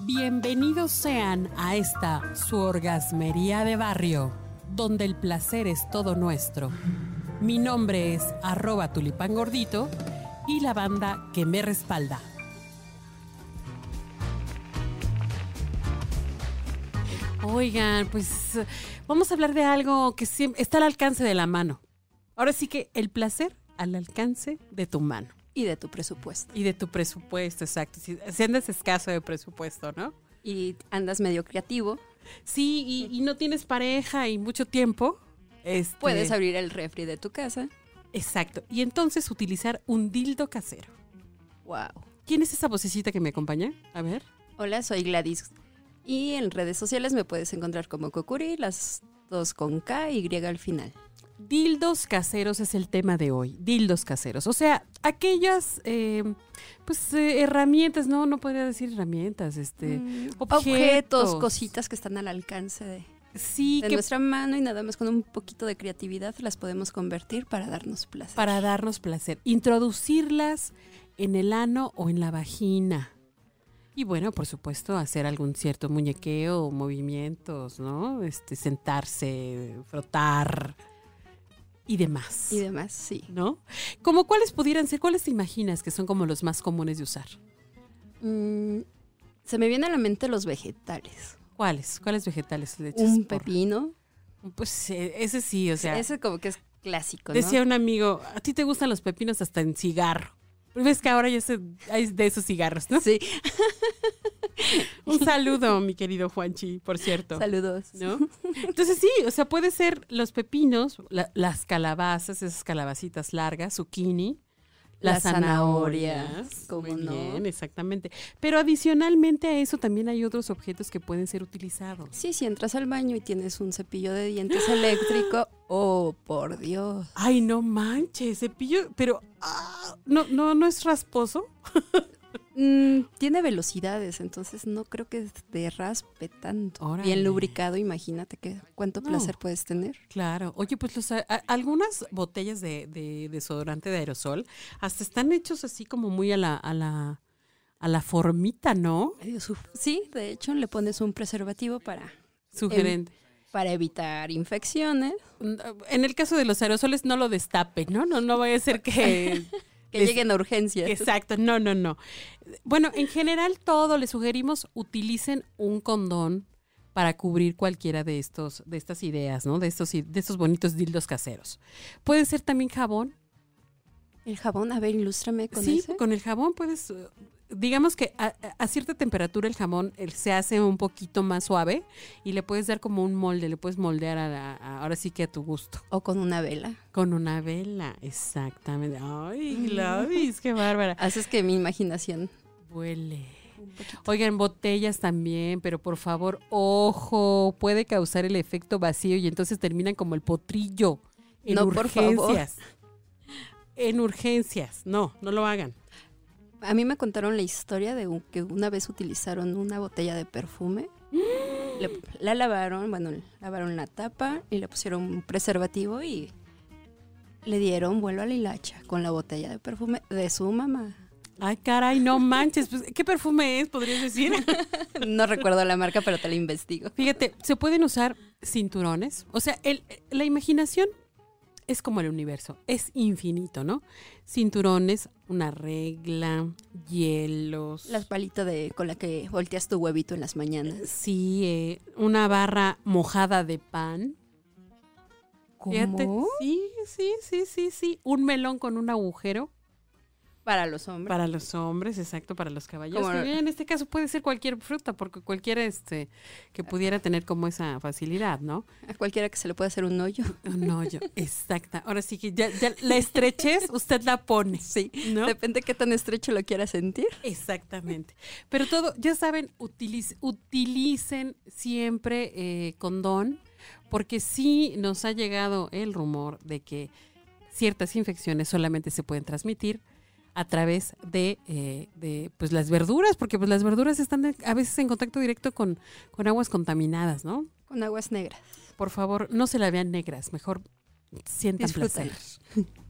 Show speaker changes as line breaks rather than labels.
Bienvenidos sean a esta su orgasmería de barrio, donde el placer es todo nuestro. Mi nombre es arroba tulipán gordito y la banda que me respalda. Oigan, pues vamos a hablar de algo que siempre está al alcance de la mano. Ahora sí que el placer al alcance de tu mano.
Y de tu presupuesto.
Y de tu presupuesto, exacto. Si, si andas escaso de presupuesto, ¿no?
Y andas medio creativo.
Sí, y, y no tienes pareja y mucho tiempo. Este,
Puedes abrir el refri de tu casa.
Exacto. Y entonces utilizar un dildo casero.
Wow.
¿Quién es esa vocecita que me acompaña? A ver.
Hola, soy Gladys. Y en redes sociales me puedes encontrar como Kokuri, las dos con K y Y al final.
Dildos caseros es el tema de hoy. Dildos caseros. O sea, aquellas eh, pues eh, herramientas, no, no podría decir herramientas, este.
Mm, objetos, cositas que están al alcance de,
sí,
de
que
nuestra mano y nada más con un poquito de creatividad las podemos convertir para darnos placer.
para darnos placer. Introducirlas en el ano o en la vagina. Y bueno, por supuesto, hacer algún cierto muñequeo, movimientos, ¿no? Este, sentarse, frotar y demás.
y demás, sí.
¿No? Como cuáles pudieran ser, cuáles te imaginas que son como los más comunes de usar.
Mm, se me vienen a la mente los vegetales.
¿Cuáles? ¿Cuáles vegetales le echas
Un
por-
pepino.
Pues eh, ese sí, o sea.
Ese como que es clásico, ¿no?
Decía un amigo, a ti te gustan los pepinos hasta en cigarro. Pero Ves que ahora ya se, hay de esos cigarros, ¿no?
Sí,
Un saludo, mi querido Juanchi, por cierto.
saludos.
¿No? Entonces sí, o sea, puede ser los pepinos, la- las calabazas, esas calabacitas largas, zucchini, las,
Las zanahorias,
zanahorias.
¿cómo
Muy
no?
bien, exactamente. Pero adicionalmente a eso también hay otros objetos que pueden ser utilizados.
Sí, si entras al baño y tienes un cepillo de dientes eléctrico, oh, por Dios.
Ay, no manches, cepillo, pero ah, no, no, no es rasposo.
Mm, tiene velocidades, entonces no creo que te raspe tanto.
Órale.
Bien lubricado, imagínate que cuánto
No.
placer puedes tener.
Claro. Oye, pues los, a- a- algunas botellas de, de desodorante de aerosol hasta están hechos así como muy a la, a la, a la formita, ¿no?
Medio suf- Sí, de hecho le pones un preservativo para,
Sugerente.
para evitar infecciones,
En el caso de los aerosoles no lo destape, ¿no? No, no vaya a ser que...
que
les-
lleguen a urgencias.
Exacto, no, no, no. Bueno, en general todo le sugerimos utilicen un condón para cubrir cualquiera de estos, de estas ideas, ¿no? De estos, i- de estos bonitos dildos caseros. Puede ser también jabón.
El jabón, a ver, ilústrame con
sí,
ese.
con el jabón puedes, eh, digamos que a, a cierta temperatura el jabón él se hace un poquito más suave y le puedes dar como un molde, le puedes moldear a la- a- ahora sí que a tu gusto.
O con una vela.
Con una vela, exactamente. Ay, Gladys, qué bárbara.
Haces que mi imaginación
Huele.
un poquito
Oigan, botellas también, pero por favor, ojo, puede causar el efecto vacío y entonces terminan como el potrillo. En
No, por favor.
urgencias. En urgencias. No, no lo hagan.
A mí me contaron la historia de un- que una vez utilizaron una botella de perfume. Le- la lavaron, bueno, lavaron la tapa y le pusieron un preservativo y le dieron vuelo a la hilacha con la botella de perfume de su mamá.
Ay, caray, no manches. pues, ¿Qué perfume es? Podrías decir.
No recuerdo la marca, pero te la investigo.
Fíjate, se pueden usar cinturones. O sea, el- la imaginación es como el universo, es infinito, ¿no? Cinturones, una regla, hielos.
Las palitas de, con la que volteas tu huevito en las mañanas.
Sí, eh, una barra mojada de pan. Fíjate,
¿Cómo?
sí, sí, sí, sí, sí. Un melón con un agujero
Para los hombres.
para los hombres, exacto, para los caballeros.
Como-
Que En este caso puede ser cualquier fruta, porque cualquiera este, que pudiera tener como esa facilidad, ¿no?
A cualquiera que se le pueda hacer un hoyo.
Un hoyo, exacta. Ahora sí que ya, ya la estrechez, usted la pone,
Sí.
¿no?
Depende qué tan estrecho lo quieras sentir.
Exactamente. Pero todo, ya saben, utilic- utilicen siempre eh, condón, porque sí nos ha llegado el rumor de que ciertas infecciones solamente se pueden transmitir a través de, eh, de, pues las verduras, porque pues las verduras están de- a veces en contacto directo con, con aguas contaminadas, ¿no?
Con aguas negras.
Por favor, no se la vean negras, mejor sientan placer.
Disfrútalas.